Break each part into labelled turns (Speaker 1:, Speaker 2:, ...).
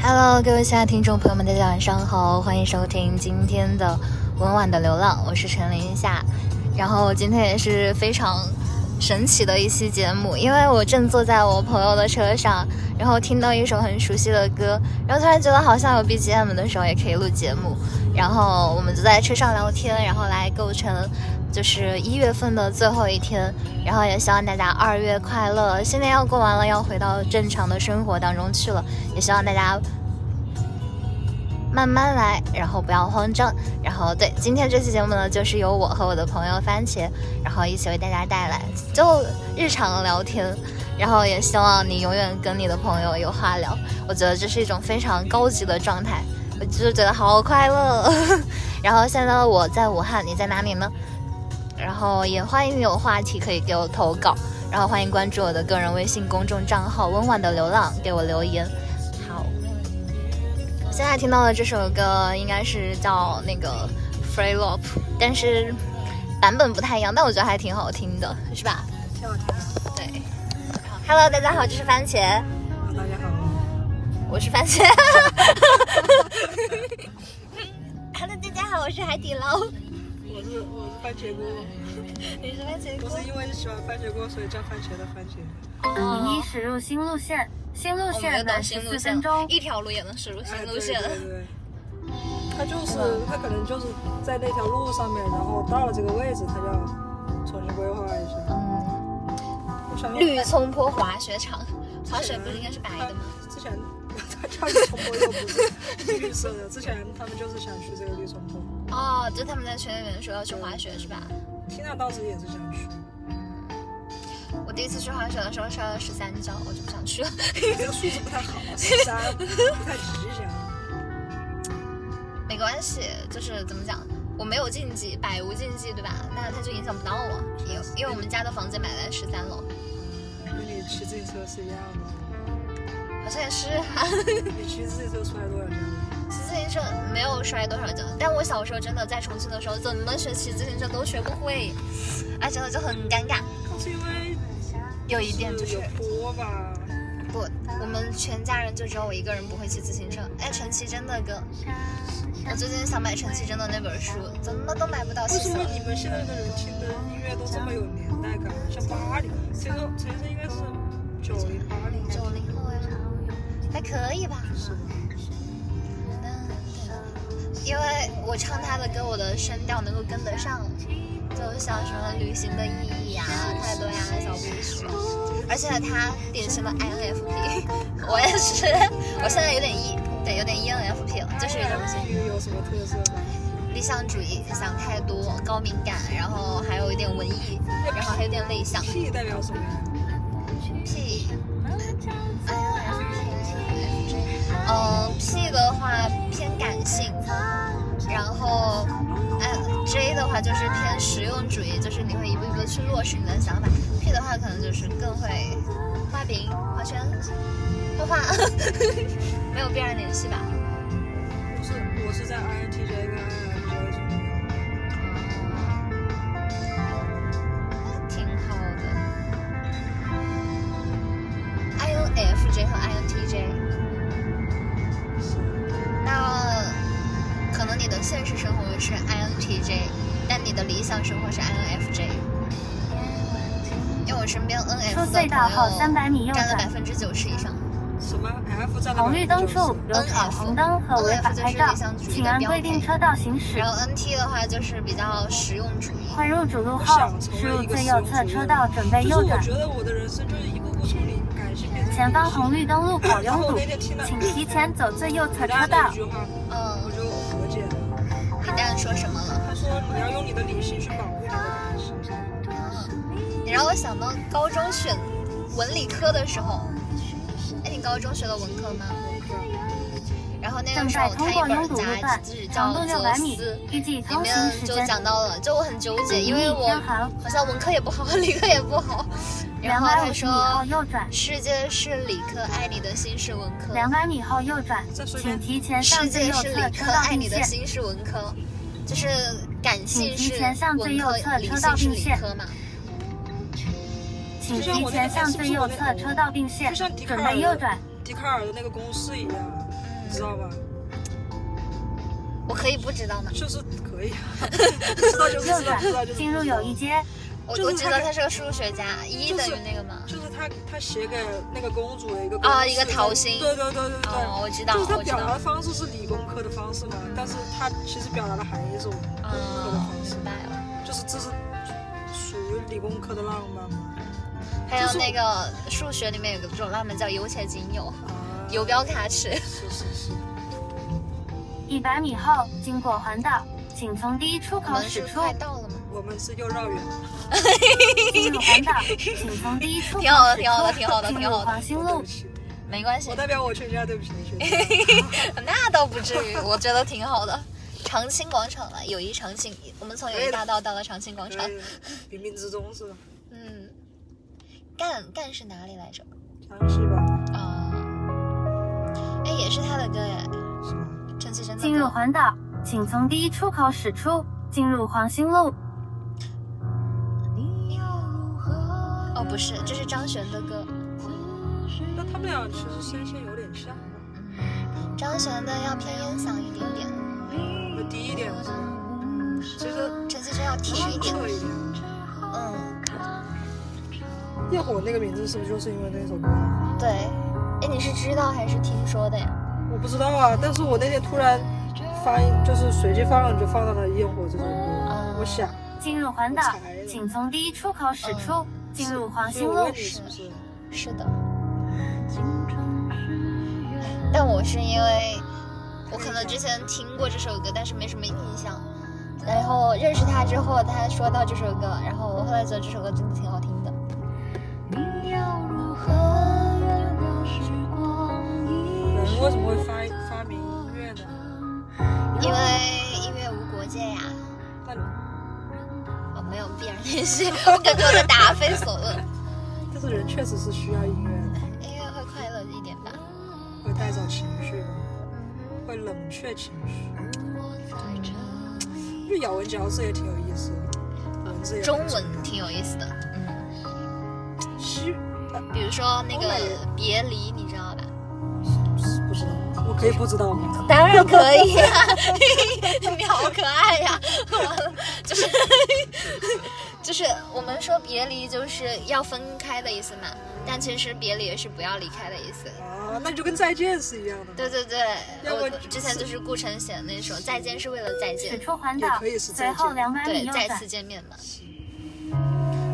Speaker 1: Hello，各位亲爱的听众朋友们，大家晚上好，欢迎收听今天的《温婉的流浪》，我是陈林夏。然后今天也是非常神奇的一期节目，因为我正坐在我朋友的车上，然后听到一首很熟悉的歌，然后突然觉得好像有 BGM 的时候也可以录节目，然后我们就在车上聊天，然后来构成就是一月份的最后一天，然后也希望大家二月快乐，新年要过完了，要回到正常的生活当中去了，也希望大家。慢慢来，然后不要慌张。然后对，今天这期节目呢，就是由我和我的朋友番茄，然后一起为大家带来就日常聊天。然后也希望你永远跟你的朋友有话聊，我觉得这是一种非常高级的状态，我就是觉得好快乐。 然后现在的我在武汉，你在哪里呢？然后也欢迎你有话题可以给我投稿，然后欢迎关注我的个人微信公众账号“温婉的流浪”，给我留言。好。现在听到的这首歌应该是叫那个《Free Lop》，但是版本不太一样，但我觉得还挺好听的，是吧？
Speaker 2: 挺好听的。
Speaker 1: 对。Hello，大家好，这是番茄，
Speaker 2: 啊大家好，
Speaker 1: 我是番茄。Hello，大家好，我是海底捞，
Speaker 2: 我是我是番茄锅，
Speaker 1: 你是番茄
Speaker 2: 我是因为喜欢番茄锅，所以叫番茄的番茄。
Speaker 3: 统一驶入新路线，新路
Speaker 1: 嗯我们有
Speaker 3: 线的
Speaker 1: 短
Speaker 3: 十
Speaker 1: 新路
Speaker 3: 哦四
Speaker 1: 线
Speaker 3: 分钟，
Speaker 1: 一条路也能驶入新
Speaker 2: 哎
Speaker 1: 路线。
Speaker 2: 对对对他就是他可能就是在那条路上面，然后到了这个位置，他就要重新规划一下。
Speaker 1: 嗯，
Speaker 2: 我想
Speaker 1: 绿葱坡滑雪场，滑雪不是应该是白的吗？？
Speaker 2: 之前他叫绿松坡又不是绿色的，之前他们就是想去这个绿松坡，
Speaker 1: 哦，就他们在群里面说要去滑雪是吧？
Speaker 2: 缇娜当时也是想去，
Speaker 1: 我第一次去滑雪的时候摔了十三跤，我就不想去了。
Speaker 2: 这个数字不太好，啊 十三不太吉祥。
Speaker 1: 没关系，就是怎么讲，我没有禁忌，百无禁忌，对吧？那它就影响不到我，因为因为我们家的房间买在十三楼，
Speaker 2: 跟你骑自行车是一样的，
Speaker 1: 好像也是哈、
Speaker 2: 你骑自行车摔多少跤？
Speaker 1: 骑 自行车没有摔多少跤，但我小时候真的在重庆的时候，怎么学骑自行车都学不会，啊，真的就很尴尬。
Speaker 2: 是因为
Speaker 1: 有一点就是
Speaker 2: 有坡吧，
Speaker 1: 不，我们全家人就只有我一个人不会骑自行车。哎，陈绮贞的歌，我最近想买陈绮贞的那本书，怎么都买不到。
Speaker 2: 为
Speaker 1: 气
Speaker 2: 什
Speaker 1: 死
Speaker 2: 么
Speaker 1: 了！
Speaker 2: 你们现在的人听的音乐都这么有年代感？像八零，陈个陈奕迅应该是九零八零
Speaker 1: 九零后呀，还可以吧。
Speaker 2: 是吧？
Speaker 1: 因为我唱他的歌，我的声调能够跟得上，就像什么《旅行的意义》呀、太多呀、小故事，而且他典型的 INFP，我 也是，我现在有点 E，对，有点 ENFP 了，就是有点不行。
Speaker 2: 有有什么特色吗？
Speaker 1: 理想主义，想太多，高敏感，然后还有一点文艺，然后还有点内向。
Speaker 2: P 代表什么呀？
Speaker 1: P，哎呀嗯，P 的话偏感性，然后，哎，J 的话就是偏实用主义，就是你会一步一步地去落实你的想法。P 的话可能就是更会画饼、画圈、画画， 没有必然联系吧。
Speaker 2: 我是我是在 INTJ 跟 INFJ 中间，
Speaker 1: 嗯挺好的。INFJ 和 INTJ，
Speaker 2: 是
Speaker 1: 那可能你的现实生活是 INTJ，但你的理想生活是 INFJ。因为我身边 NF
Speaker 3: 出
Speaker 1: 的
Speaker 3: 隧道后三百米右
Speaker 1: 占了百
Speaker 3: 转，
Speaker 1: 分之九十以上。
Speaker 2: 什么 F 占了
Speaker 3: 红绿灯处
Speaker 2: 90%
Speaker 3: 有
Speaker 1: 嗯
Speaker 3: 闯红灯和违法拍照，请按规定车道行驶
Speaker 1: 然。后 NT 的话就是比较实用主义，
Speaker 3: 快入主路后，驶入最右侧车道，准备
Speaker 2: 就是
Speaker 3: 右
Speaker 2: 我
Speaker 3: 转
Speaker 2: 觉，得我的人生就是一步步从零感性变成
Speaker 3: 前方红绿灯路口
Speaker 2: 然
Speaker 3: 拥
Speaker 2: 后
Speaker 3: 堵
Speaker 2: 那，天听到
Speaker 3: 请提前走最右侧
Speaker 2: 你
Speaker 3: 车
Speaker 2: 俩
Speaker 3: 道
Speaker 2: 那。句话，我
Speaker 1: 嗯，
Speaker 2: 就和解了。
Speaker 1: 李诞说什么了？
Speaker 2: 他说你要用你的理性去保护你的感性。
Speaker 1: 你让我想到高中选文理科的时候，哎，你高中学的文科吗？然后那
Speaker 3: 正
Speaker 1: 个时
Speaker 3: 在
Speaker 1: 候我
Speaker 3: 通
Speaker 1: 看一
Speaker 3: 过拥堵
Speaker 1: 本
Speaker 3: 路
Speaker 1: 杂
Speaker 3: 段
Speaker 1: 志，叫
Speaker 3: 长度
Speaker 1: 《
Speaker 3: 六
Speaker 1: 哲
Speaker 3: 百米
Speaker 1: 思》，，
Speaker 3: 预计
Speaker 1: 里
Speaker 3: 通行
Speaker 1: 面
Speaker 3: 时
Speaker 1: 就
Speaker 3: 间
Speaker 1: 讲到了，就我很纠结，因为我
Speaker 3: 天行
Speaker 1: 好像文科也不好， 理科也不 好。然
Speaker 3: 两
Speaker 1: 后
Speaker 3: 百
Speaker 1: 他
Speaker 3: 五十米后
Speaker 1: 说，
Speaker 3: 右转，
Speaker 1: 世界是理科，爱你的心是文科；
Speaker 3: 两百米后右转，
Speaker 2: 再说一
Speaker 3: 请
Speaker 2: 遍
Speaker 3: 提前上
Speaker 1: 世
Speaker 3: 最
Speaker 1: 界
Speaker 3: 右
Speaker 1: 是
Speaker 3: 侧
Speaker 1: 理
Speaker 3: 车
Speaker 1: 科，
Speaker 3: 道
Speaker 1: 爱
Speaker 3: 并
Speaker 1: 你的
Speaker 3: 线。
Speaker 1: 心是文科，就是感性
Speaker 3: 请提
Speaker 1: 是
Speaker 3: 前上最
Speaker 1: 文
Speaker 3: 右
Speaker 1: 科
Speaker 3: 侧，
Speaker 1: 理
Speaker 3: 车道
Speaker 1: 性是
Speaker 3: 并
Speaker 1: 理
Speaker 3: 线
Speaker 1: 科嘛。
Speaker 3: 请提前向最右侧车道并线
Speaker 2: 就像，笛卡
Speaker 3: 准
Speaker 2: 尔
Speaker 3: 备右转。
Speaker 2: 笛卡尔的那个公式一样，
Speaker 1: 嗯
Speaker 2: 知道吧？
Speaker 1: 我可以不知道吗？
Speaker 2: 就是可 以，知道就
Speaker 3: 右
Speaker 2: 是知道，
Speaker 3: 转
Speaker 2: 不知啊道就是不知道
Speaker 3: 进入友谊街，
Speaker 1: 我
Speaker 2: 就是
Speaker 1: 我知
Speaker 2: 他
Speaker 1: 道
Speaker 2: 给
Speaker 1: 他是个数学家，一
Speaker 2: 就是
Speaker 1: 等于那个吗？
Speaker 2: 就是他他写给那个公主的一个
Speaker 1: 啊
Speaker 2: 公
Speaker 1: 一个
Speaker 2: 式
Speaker 1: 桃心
Speaker 2: 对对对对对。
Speaker 1: 哦，我知道，
Speaker 2: 就是他
Speaker 1: 我知
Speaker 2: 表达
Speaker 1: 道
Speaker 2: 的，方式是理工科的方式嘛，但是他其实表达的含义是我们工科的
Speaker 1: 嗯，
Speaker 2: 方式
Speaker 1: 明，白了。
Speaker 2: 就是这是属于理工科的浪漫嘛。
Speaker 1: 还有
Speaker 2: 就是
Speaker 1: 那个数学里面有个这种浪漫叫有且仅有，
Speaker 2: 啊
Speaker 1: 游标卡尺。
Speaker 2: 是是是，
Speaker 3: 一百米后经过环岛，请从第一出
Speaker 1: 我
Speaker 3: 口
Speaker 1: 们是
Speaker 3: 驶出。
Speaker 1: 快到了吗？
Speaker 2: 我们是又绕远了。
Speaker 3: 进入环岛， 请从第一出口
Speaker 1: 挺好的
Speaker 3: 驶
Speaker 1: 挺好的
Speaker 3: 出
Speaker 1: 挺好的
Speaker 3: 进
Speaker 1: 挺
Speaker 3: 入
Speaker 1: 好的
Speaker 3: 黄兴
Speaker 2: 哦对
Speaker 3: 路
Speaker 2: 不，起，
Speaker 1: 没关系
Speaker 2: 我，代表我全家对不起 你全家。
Speaker 1: 那倒不至于，我觉得挺好的。 长青广场了，友谊长青，我们从友谊大道到了长青广场
Speaker 2: 所。以冥冥之中是吧？
Speaker 1: 嗯，干干是哪里来着？
Speaker 2: 像是吧？
Speaker 1: 啊、哎，也是他的歌耶，
Speaker 2: 是吧？
Speaker 1: 陈绮贞的
Speaker 3: 进入
Speaker 1: 歌。
Speaker 3: 环岛，请从第一出口驶出。进入黄兴路，
Speaker 1: 哦，不是，这是张悬的歌。
Speaker 2: 那他们俩其实声线有点像吧？
Speaker 1: 嗯张悬的要偏烟嗓一点点，
Speaker 2: 那低一点是吧？其实
Speaker 1: 陈绮贞要甜一
Speaker 2: 深
Speaker 1: 点。
Speaker 2: 刻一点。
Speaker 1: 嗯，
Speaker 2: 夜火那个名字是不是就是因为那首歌啊？
Speaker 1: 对。哎，你是知道还是听说的呀？
Speaker 2: 我不知道啊，但是我那天突然发音，就是随机放上就放到了《焰火》这首歌，
Speaker 1: 嗯，
Speaker 2: 我想，
Speaker 3: 进入环岛
Speaker 2: 我踩了，
Speaker 3: 请从第一出口驶出。
Speaker 1: 嗯
Speaker 3: 进入黄
Speaker 2: 所以
Speaker 3: 兴
Speaker 2: 我
Speaker 3: 路
Speaker 2: 问你，是不是？
Speaker 1: 是的。但我是因为我可能之前听过这首歌，但是没什么印象。然后认识他之后，他说到这首歌，然后我后来觉得这首歌真的挺好听的。
Speaker 4: 你要如何让时光一
Speaker 2: 人为什么会发发明音乐呢？
Speaker 1: 因为音乐无国界呀，
Speaker 2: 但
Speaker 1: 哦，没有必然联系，我感觉我在答非所问。
Speaker 2: 但是人确实是需要音乐的，
Speaker 1: 音乐会快乐一点吧。
Speaker 2: 会带走情绪吧，会冷却情绪。就咬文嚼字也挺有意思的，文字也
Speaker 1: 中
Speaker 2: 很
Speaker 1: 文
Speaker 2: 简单
Speaker 1: 挺有意思的，嗯，
Speaker 2: 西
Speaker 1: 比如说那
Speaker 2: 欧美
Speaker 1: 个别离，你知道吧？
Speaker 2: 不知道，我可以不知道吗？
Speaker 1: 当然可以呀、 你好可爱呀、 完了，就是 就是我们说别离就是要分开的意思嘛，但其实别离也是不要离开的意思。
Speaker 2: 啊，那就跟再见是一样的。
Speaker 1: 对对对，
Speaker 2: 要
Speaker 1: 我
Speaker 2: 不
Speaker 1: 之前就是顾城写的那首《再见是为了再见
Speaker 3: 驶》，出环
Speaker 2: 也
Speaker 3: 岛
Speaker 2: 可以，是再
Speaker 3: 随
Speaker 2: 见
Speaker 3: 后两百米
Speaker 1: 对，
Speaker 3: 右
Speaker 1: 再
Speaker 3: 转
Speaker 1: 次，见面嘛。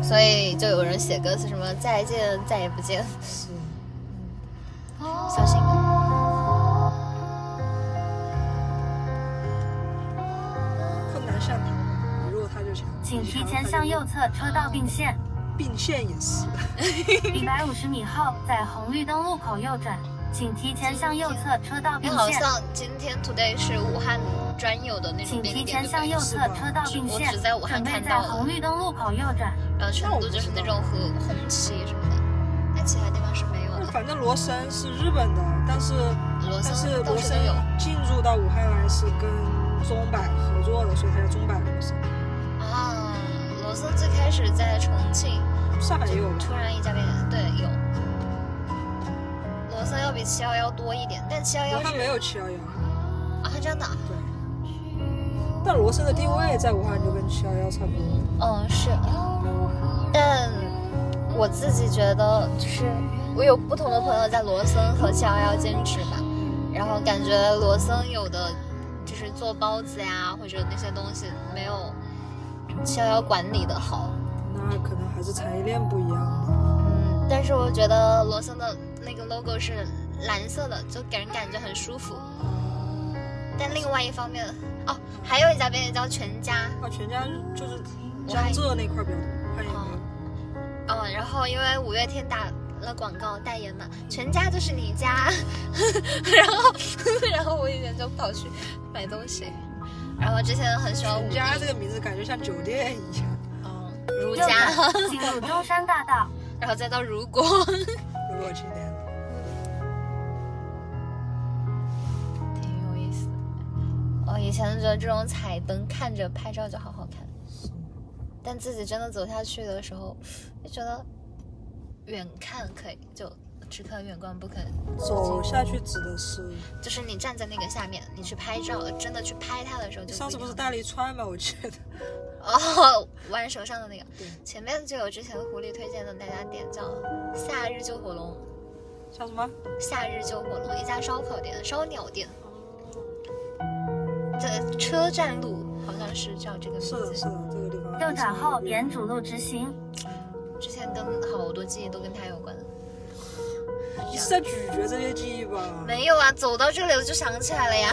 Speaker 1: 所以就有人写歌词什么再见再也不见，
Speaker 2: 是，
Speaker 1: 小心啊。
Speaker 2: 困难像他，你弱他就强。
Speaker 3: 请
Speaker 2: 你强
Speaker 3: 提前
Speaker 2: 他就
Speaker 3: 向右
Speaker 2: 弱，
Speaker 3: 侧车道并线。
Speaker 2: 并线也是。
Speaker 3: 一百五十米后，在红绿灯路口右转，请提前向右侧车道
Speaker 1: 因
Speaker 3: 并
Speaker 1: 为哎好
Speaker 3: 线。
Speaker 1: 像今天 today 是武汉专有的那种
Speaker 3: 请
Speaker 1: 便
Speaker 3: 提
Speaker 1: 利店，对不
Speaker 3: 前向
Speaker 1: 对
Speaker 3: 右侧车道并线
Speaker 1: 我只在武，汉
Speaker 3: 准备
Speaker 1: 看
Speaker 3: 在
Speaker 1: 到的
Speaker 3: 红绿灯路口右转。
Speaker 1: 然后全部就是那种和红旗什么的，但其他地方是没有的。
Speaker 2: 反正罗森是日本的，但是
Speaker 1: 罗
Speaker 2: 但
Speaker 1: 森
Speaker 2: 是
Speaker 1: 到
Speaker 2: 罗
Speaker 1: 处
Speaker 2: 森
Speaker 1: 都有
Speaker 2: 进入到武汉来是跟中百合作的，所以它叫中百罗森。
Speaker 1: 啊。罗森最开始在重庆，
Speaker 2: 上海也有
Speaker 1: 就
Speaker 2: 吧？
Speaker 1: 突然一家变对有。罗森要比七幺幺多一点，但七幺
Speaker 2: 武
Speaker 1: 幺
Speaker 2: 汉
Speaker 1: 是
Speaker 2: 没有七幺幺，
Speaker 1: 啊真的啊，
Speaker 2: 对。但罗森的定位在武汉就跟七幺幺差不多。
Speaker 1: 嗯是，但我自己觉得就是我有不同的朋友在罗森和七幺幺兼职嘛，然后感觉罗森有的就是做包子呀或者那些东西没有七幺幺管理的好，
Speaker 2: 那可能还是产业链不一样。
Speaker 1: 嗯，但是我觉得罗森的那个 logo 是蓝色的，就给人感觉很舒服。但另外一方面，哦，还有一家便利店叫全家，
Speaker 2: 啊，全家就是
Speaker 1: 武汉
Speaker 2: 江浙那块比较多，武汉也没有。
Speaker 1: 哦，然后因为五月天打了广告代言嘛，全家就是你家， 然后然后我以前就跑去买东西，然后之前很喜欢五
Speaker 2: 全家这个名字感觉像酒店一样。
Speaker 1: 嗯，如
Speaker 3: 右
Speaker 1: 家，
Speaker 3: 转，进入中山大道。
Speaker 1: 然后再到如果，
Speaker 2: 如果今天
Speaker 1: 挺有意思的。我以前觉得这种彩灯看着拍照就好好看，但自己真的走下去的时候，就觉得远看可以，就只看远观不肯
Speaker 2: 走下去指的是，
Speaker 1: 就是你站在那个下面，你去拍照，真的去拍它的时候
Speaker 2: 你
Speaker 1: 就
Speaker 2: 上次不是
Speaker 1: 带
Speaker 2: 带了一串吗？我记得。
Speaker 1: 哦，玩手上的那个
Speaker 2: 对，
Speaker 1: 前面就有之前狐狸推荐的，大家点叫“夏日救火龙”，
Speaker 2: 叫什么？
Speaker 1: 夏日救火龙一家烧烤店、烧鸟店，在车站路好像是叫这个名
Speaker 2: 是的，是
Speaker 1: 字。
Speaker 2: 的，这个地方。
Speaker 3: 右转后沿主路直行，
Speaker 1: 之前跟好多记忆都跟它有关。
Speaker 2: 你是在咀嚼这些记忆吧？
Speaker 1: 没有啊，走到这里我就想起来了呀，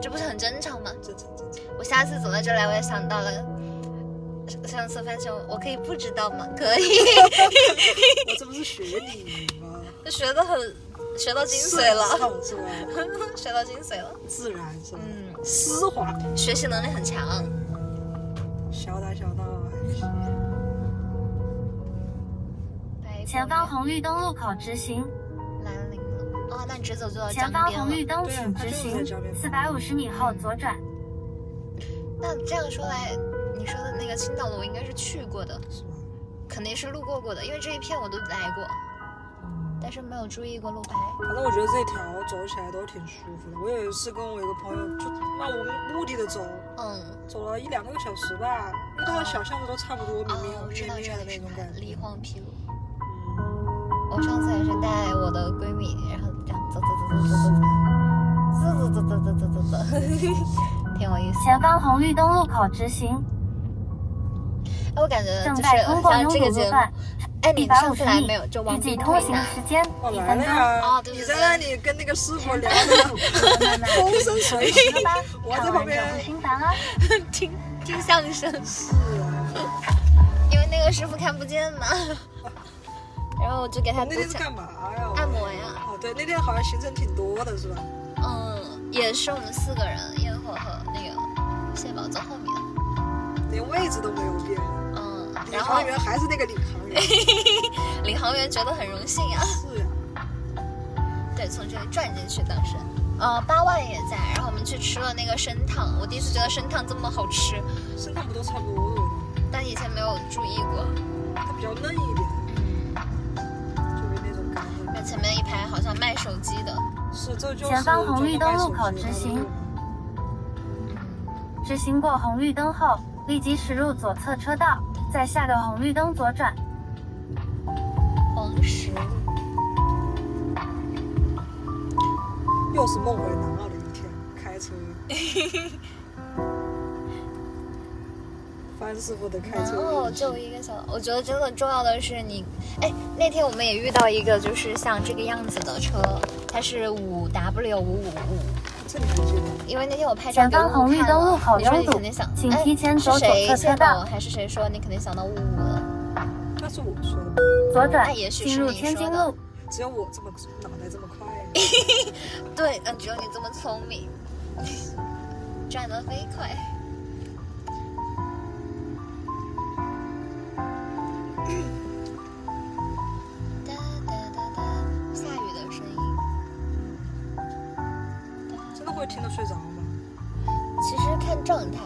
Speaker 1: 这不是很正常吗？
Speaker 2: 正常，正常。
Speaker 1: 我下次走到这来，我也想到了。上上次发现我可以不知道吗？可以，
Speaker 2: 我这不是学你吗？
Speaker 1: 学的很，学到精髓了，
Speaker 2: 顺畅是吧？
Speaker 1: 学到精髓了。
Speaker 2: 自然是吧？
Speaker 1: 嗯，
Speaker 2: 丝滑。
Speaker 1: 学习能力很强。
Speaker 2: 小打小闹啊还行。
Speaker 3: 前方红绿灯路口直行，
Speaker 1: 兰陵了。哦，那你直走就到江
Speaker 3: 前方
Speaker 1: 边
Speaker 3: 红绿
Speaker 1: 了。
Speaker 3: 灯
Speaker 2: 对啊
Speaker 3: 请
Speaker 2: 它就是在江
Speaker 3: 直行，
Speaker 2: 边
Speaker 3: 四百五十米后左转。
Speaker 1: 那这样说来，你说的那个青岛的我应该是去过的，
Speaker 2: 是吧？
Speaker 1: 肯定是路过过的，因为这一片我都来过，但是没有注意过路牌。
Speaker 2: 反正我觉得这条走起来都挺舒服的。我有一次跟我一个朋友，就漫无目的的走，
Speaker 1: 嗯，
Speaker 2: 走了一两个小时吧，因为它的小巷子都差不多，明明
Speaker 1: 哦，我知道
Speaker 2: 面
Speaker 1: 这
Speaker 2: 面的
Speaker 1: 里
Speaker 2: 那
Speaker 1: 是
Speaker 2: 种
Speaker 1: 哪
Speaker 2: 感
Speaker 1: 里，
Speaker 2: 觉。
Speaker 1: 梨黄皮路。
Speaker 2: 嗯
Speaker 1: 我上次也是带我的闺蜜，然后这样走走走走走走走走走走走走走 走，挺有意思。
Speaker 3: 前方红绿灯路口直行，
Speaker 1: 哎，我感觉
Speaker 3: 正
Speaker 1: 呃就是
Speaker 3: 在通过
Speaker 1: 像
Speaker 3: 拥
Speaker 1: 这
Speaker 3: 堵
Speaker 1: 个
Speaker 3: 路
Speaker 1: 节目，
Speaker 3: 段，
Speaker 1: 哎，
Speaker 3: 一
Speaker 1: 你
Speaker 3: 百
Speaker 1: 上
Speaker 3: 五
Speaker 1: 次
Speaker 3: 十
Speaker 1: 来
Speaker 3: 米
Speaker 1: 没有？就，
Speaker 3: 预
Speaker 1: 往
Speaker 3: 计
Speaker 1: 地
Speaker 3: 通
Speaker 1: 推
Speaker 3: 行
Speaker 1: 拿。
Speaker 3: 时间
Speaker 2: 我
Speaker 3: 一
Speaker 2: 来
Speaker 3: 分
Speaker 2: 了
Speaker 3: 钟。
Speaker 2: 呀！
Speaker 1: 哦对对对
Speaker 2: 你在那里跟那个师傅聊
Speaker 3: 慢慢
Speaker 2: 风生水 起， 我在旁边嗯
Speaker 3: 不心烦啊。
Speaker 1: 听听相声，
Speaker 2: 是啊。
Speaker 1: 因为那个师傅看不见 嘛。然后我就给他
Speaker 2: 那
Speaker 1: 堵
Speaker 2: 天是
Speaker 1: 起来。
Speaker 2: 干嘛呀？
Speaker 1: 按摩呀。
Speaker 2: 哦，对，那天好像行程挺多的，是吧？
Speaker 1: 嗯，也是我们四个人，烟火和那个蟹堡坐后面。
Speaker 2: 连位置都没有变。
Speaker 1: 嗯，
Speaker 2: 领
Speaker 1: 然后
Speaker 2: 航员还是那个领 航员。
Speaker 1: 领航员觉得很荣幸啊。
Speaker 2: 是呀。
Speaker 1: 对，从这里转进去当时。呃，八万也在，然后我们去吃了那个参汤，我第一次觉得参汤这么好吃，
Speaker 2: 生态不都差不多的味道？
Speaker 1: 但以前没有注意过。
Speaker 2: 它比较嫩一点，就没那种感觉。
Speaker 1: 那前面一排好像卖手机的，
Speaker 2: 是，这就是
Speaker 3: 前方红绿灯路口直行
Speaker 1: 嗯
Speaker 3: 直行过红绿灯后，立即驶入左侧车道，在下个红绿灯左转。
Speaker 1: 黄石路
Speaker 2: 又是梦回南澳的一天，开车。范师傅的开
Speaker 1: 然
Speaker 2: 车。
Speaker 1: 后哦就一个小，我觉得真的重要的是你，哎，那天我们也遇到一个就是像这个样子的车，它是五 W 五五五，
Speaker 2: 这里还记得。
Speaker 1: 因为那天我拍照
Speaker 3: 前
Speaker 1: 给我
Speaker 3: 方红绿灯路口
Speaker 1: 你说
Speaker 3: 拥
Speaker 1: 你
Speaker 3: 堵
Speaker 1: 肯定想，，
Speaker 3: 请
Speaker 1: 哎
Speaker 3: 提前
Speaker 1: 是
Speaker 3: 走左
Speaker 1: 谁
Speaker 3: 侧
Speaker 1: 先
Speaker 3: 车
Speaker 1: 到
Speaker 3: 道
Speaker 1: 我，还是谁说你肯定想到五五了？
Speaker 2: 那是我说的，
Speaker 3: 左转
Speaker 1: 那也许是
Speaker 3: 进入
Speaker 1: 你
Speaker 3: 天
Speaker 1: 说
Speaker 3: 津
Speaker 1: 的
Speaker 3: 路。
Speaker 2: 只有我这么脑袋这么快。
Speaker 1: 对，嗯，只有你这么聪明， 转得飞快。哒哒哒哒，下雨的声音。
Speaker 2: 真的会听得睡着吗？
Speaker 3: 嗯
Speaker 1: 其实看状态，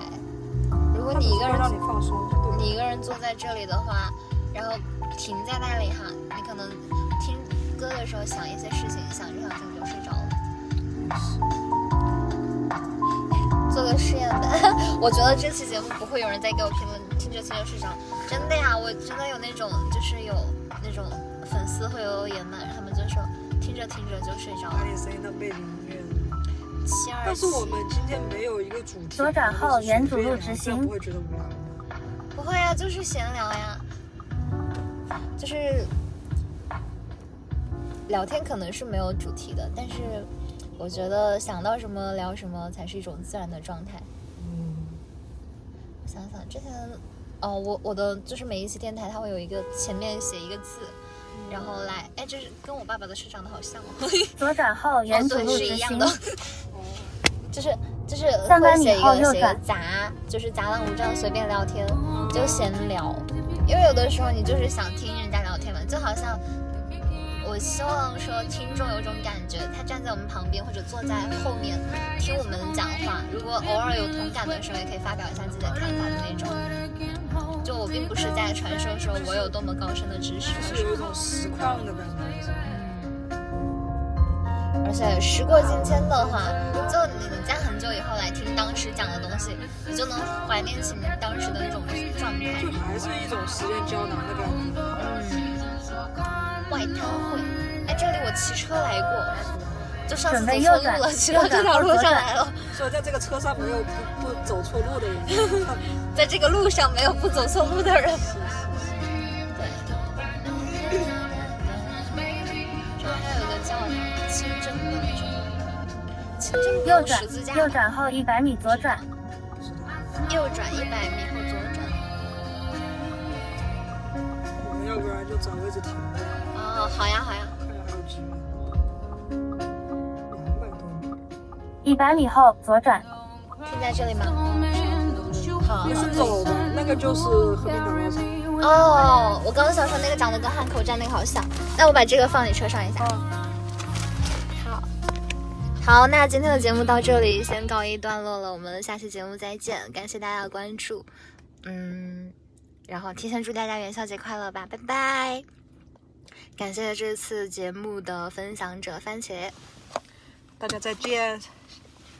Speaker 1: 如果
Speaker 2: 它
Speaker 1: 你
Speaker 2: 只
Speaker 1: 一
Speaker 2: 是
Speaker 1: 个
Speaker 2: 会让你
Speaker 1: 人，
Speaker 2: 放松，对吧
Speaker 1: 你一个人坐在这里的话，然后停在那里哈，你可能听歌的时候想一些事情，想着想着你就睡着了。做个试验吧。 我觉得这期节目不会有人再给我评论听着听着睡着，真的呀，我真的有那种就是有那种粉丝会留言嘛，他们就说听着听着就睡着
Speaker 2: 把
Speaker 1: 了。
Speaker 2: 你声音当背景音乐。
Speaker 1: 七二
Speaker 2: 但
Speaker 1: 七
Speaker 2: 是我们今天没有一个主题。
Speaker 3: 左转后沿主路直行
Speaker 2: 这样不会觉得无聊吗。
Speaker 1: 不会啊，就是闲聊呀，就是聊天可能是没有主题的，但是我觉得想到什么聊什么才是一种自然的状态。
Speaker 2: 嗯。
Speaker 1: 想想之前，哦，我我的就是每一期电台它会有一个前面写一个字，然后来，哎，这是跟我爸爸的事长得好像哦，
Speaker 3: 左转后沿
Speaker 1: 哦
Speaker 3: 主
Speaker 1: 对，
Speaker 3: 路
Speaker 1: 是
Speaker 3: 直
Speaker 1: 一样
Speaker 3: 行
Speaker 1: 的， 就是就是
Speaker 3: 上
Speaker 1: 会
Speaker 3: 班
Speaker 1: 写
Speaker 3: 以
Speaker 1: 一
Speaker 3: 后
Speaker 1: 个
Speaker 3: 右
Speaker 1: 写一个
Speaker 3: 转
Speaker 1: 杂，就是杂乱无章，随便聊天，就闲聊，因为有的时候你就是想听人家聊天嘛，就好像。我希望说，听众有种感觉，他站在我们旁边或者坐在后面听我们讲话。如果偶尔有同感的时候，也可以发表一下自己的看法的那种。就我并不是在传授说我有多么高深的知识，
Speaker 2: 就
Speaker 1: 而
Speaker 2: 是有
Speaker 1: 是
Speaker 2: 一种实况的感觉。
Speaker 1: 而且时过境迁的话，就你在很久以后来听当时讲的东西，你就能怀念起你当时的那种状态
Speaker 2: 就。还是一种时间胶囊的感觉。
Speaker 1: 嗯，外滩会，哎，这里我骑车来过，就上次
Speaker 3: 准
Speaker 1: 走
Speaker 3: 备
Speaker 1: 错
Speaker 3: 右
Speaker 1: 路
Speaker 3: 转
Speaker 1: 了，骑到这条路上来了，
Speaker 2: 所以在这个车上没有不不走错路的人。是是
Speaker 3: 嗯
Speaker 1: 在这个路上没有不走错路的人。
Speaker 2: 是
Speaker 3: 嗯
Speaker 1: 这还有一个叫清真的那种，清真不
Speaker 3: 右
Speaker 1: 用
Speaker 3: 转
Speaker 1: 十字架，
Speaker 3: 右转后一百米左转，
Speaker 1: 右转一百米后左转。
Speaker 2: 我们要不然就找位置停着，
Speaker 1: 哦，好呀好呀，
Speaker 2: 看看还有几秒。两百多米，
Speaker 3: 一百米后左转，
Speaker 1: 停在这里吗？好
Speaker 2: 也。是走吧，那个就是和平岛广场。
Speaker 1: 哦，我刚刚想说那个长得跟汉口站那个好像，那我把这个放你车上一下。好，好，那今天的节目到这里先告一段落了，我们下期节目再见，感谢大家的关注，嗯，然后提前祝大家元宵节快乐吧，拜拜。感谢这次节目的分享者番茄，
Speaker 2: 大家再见，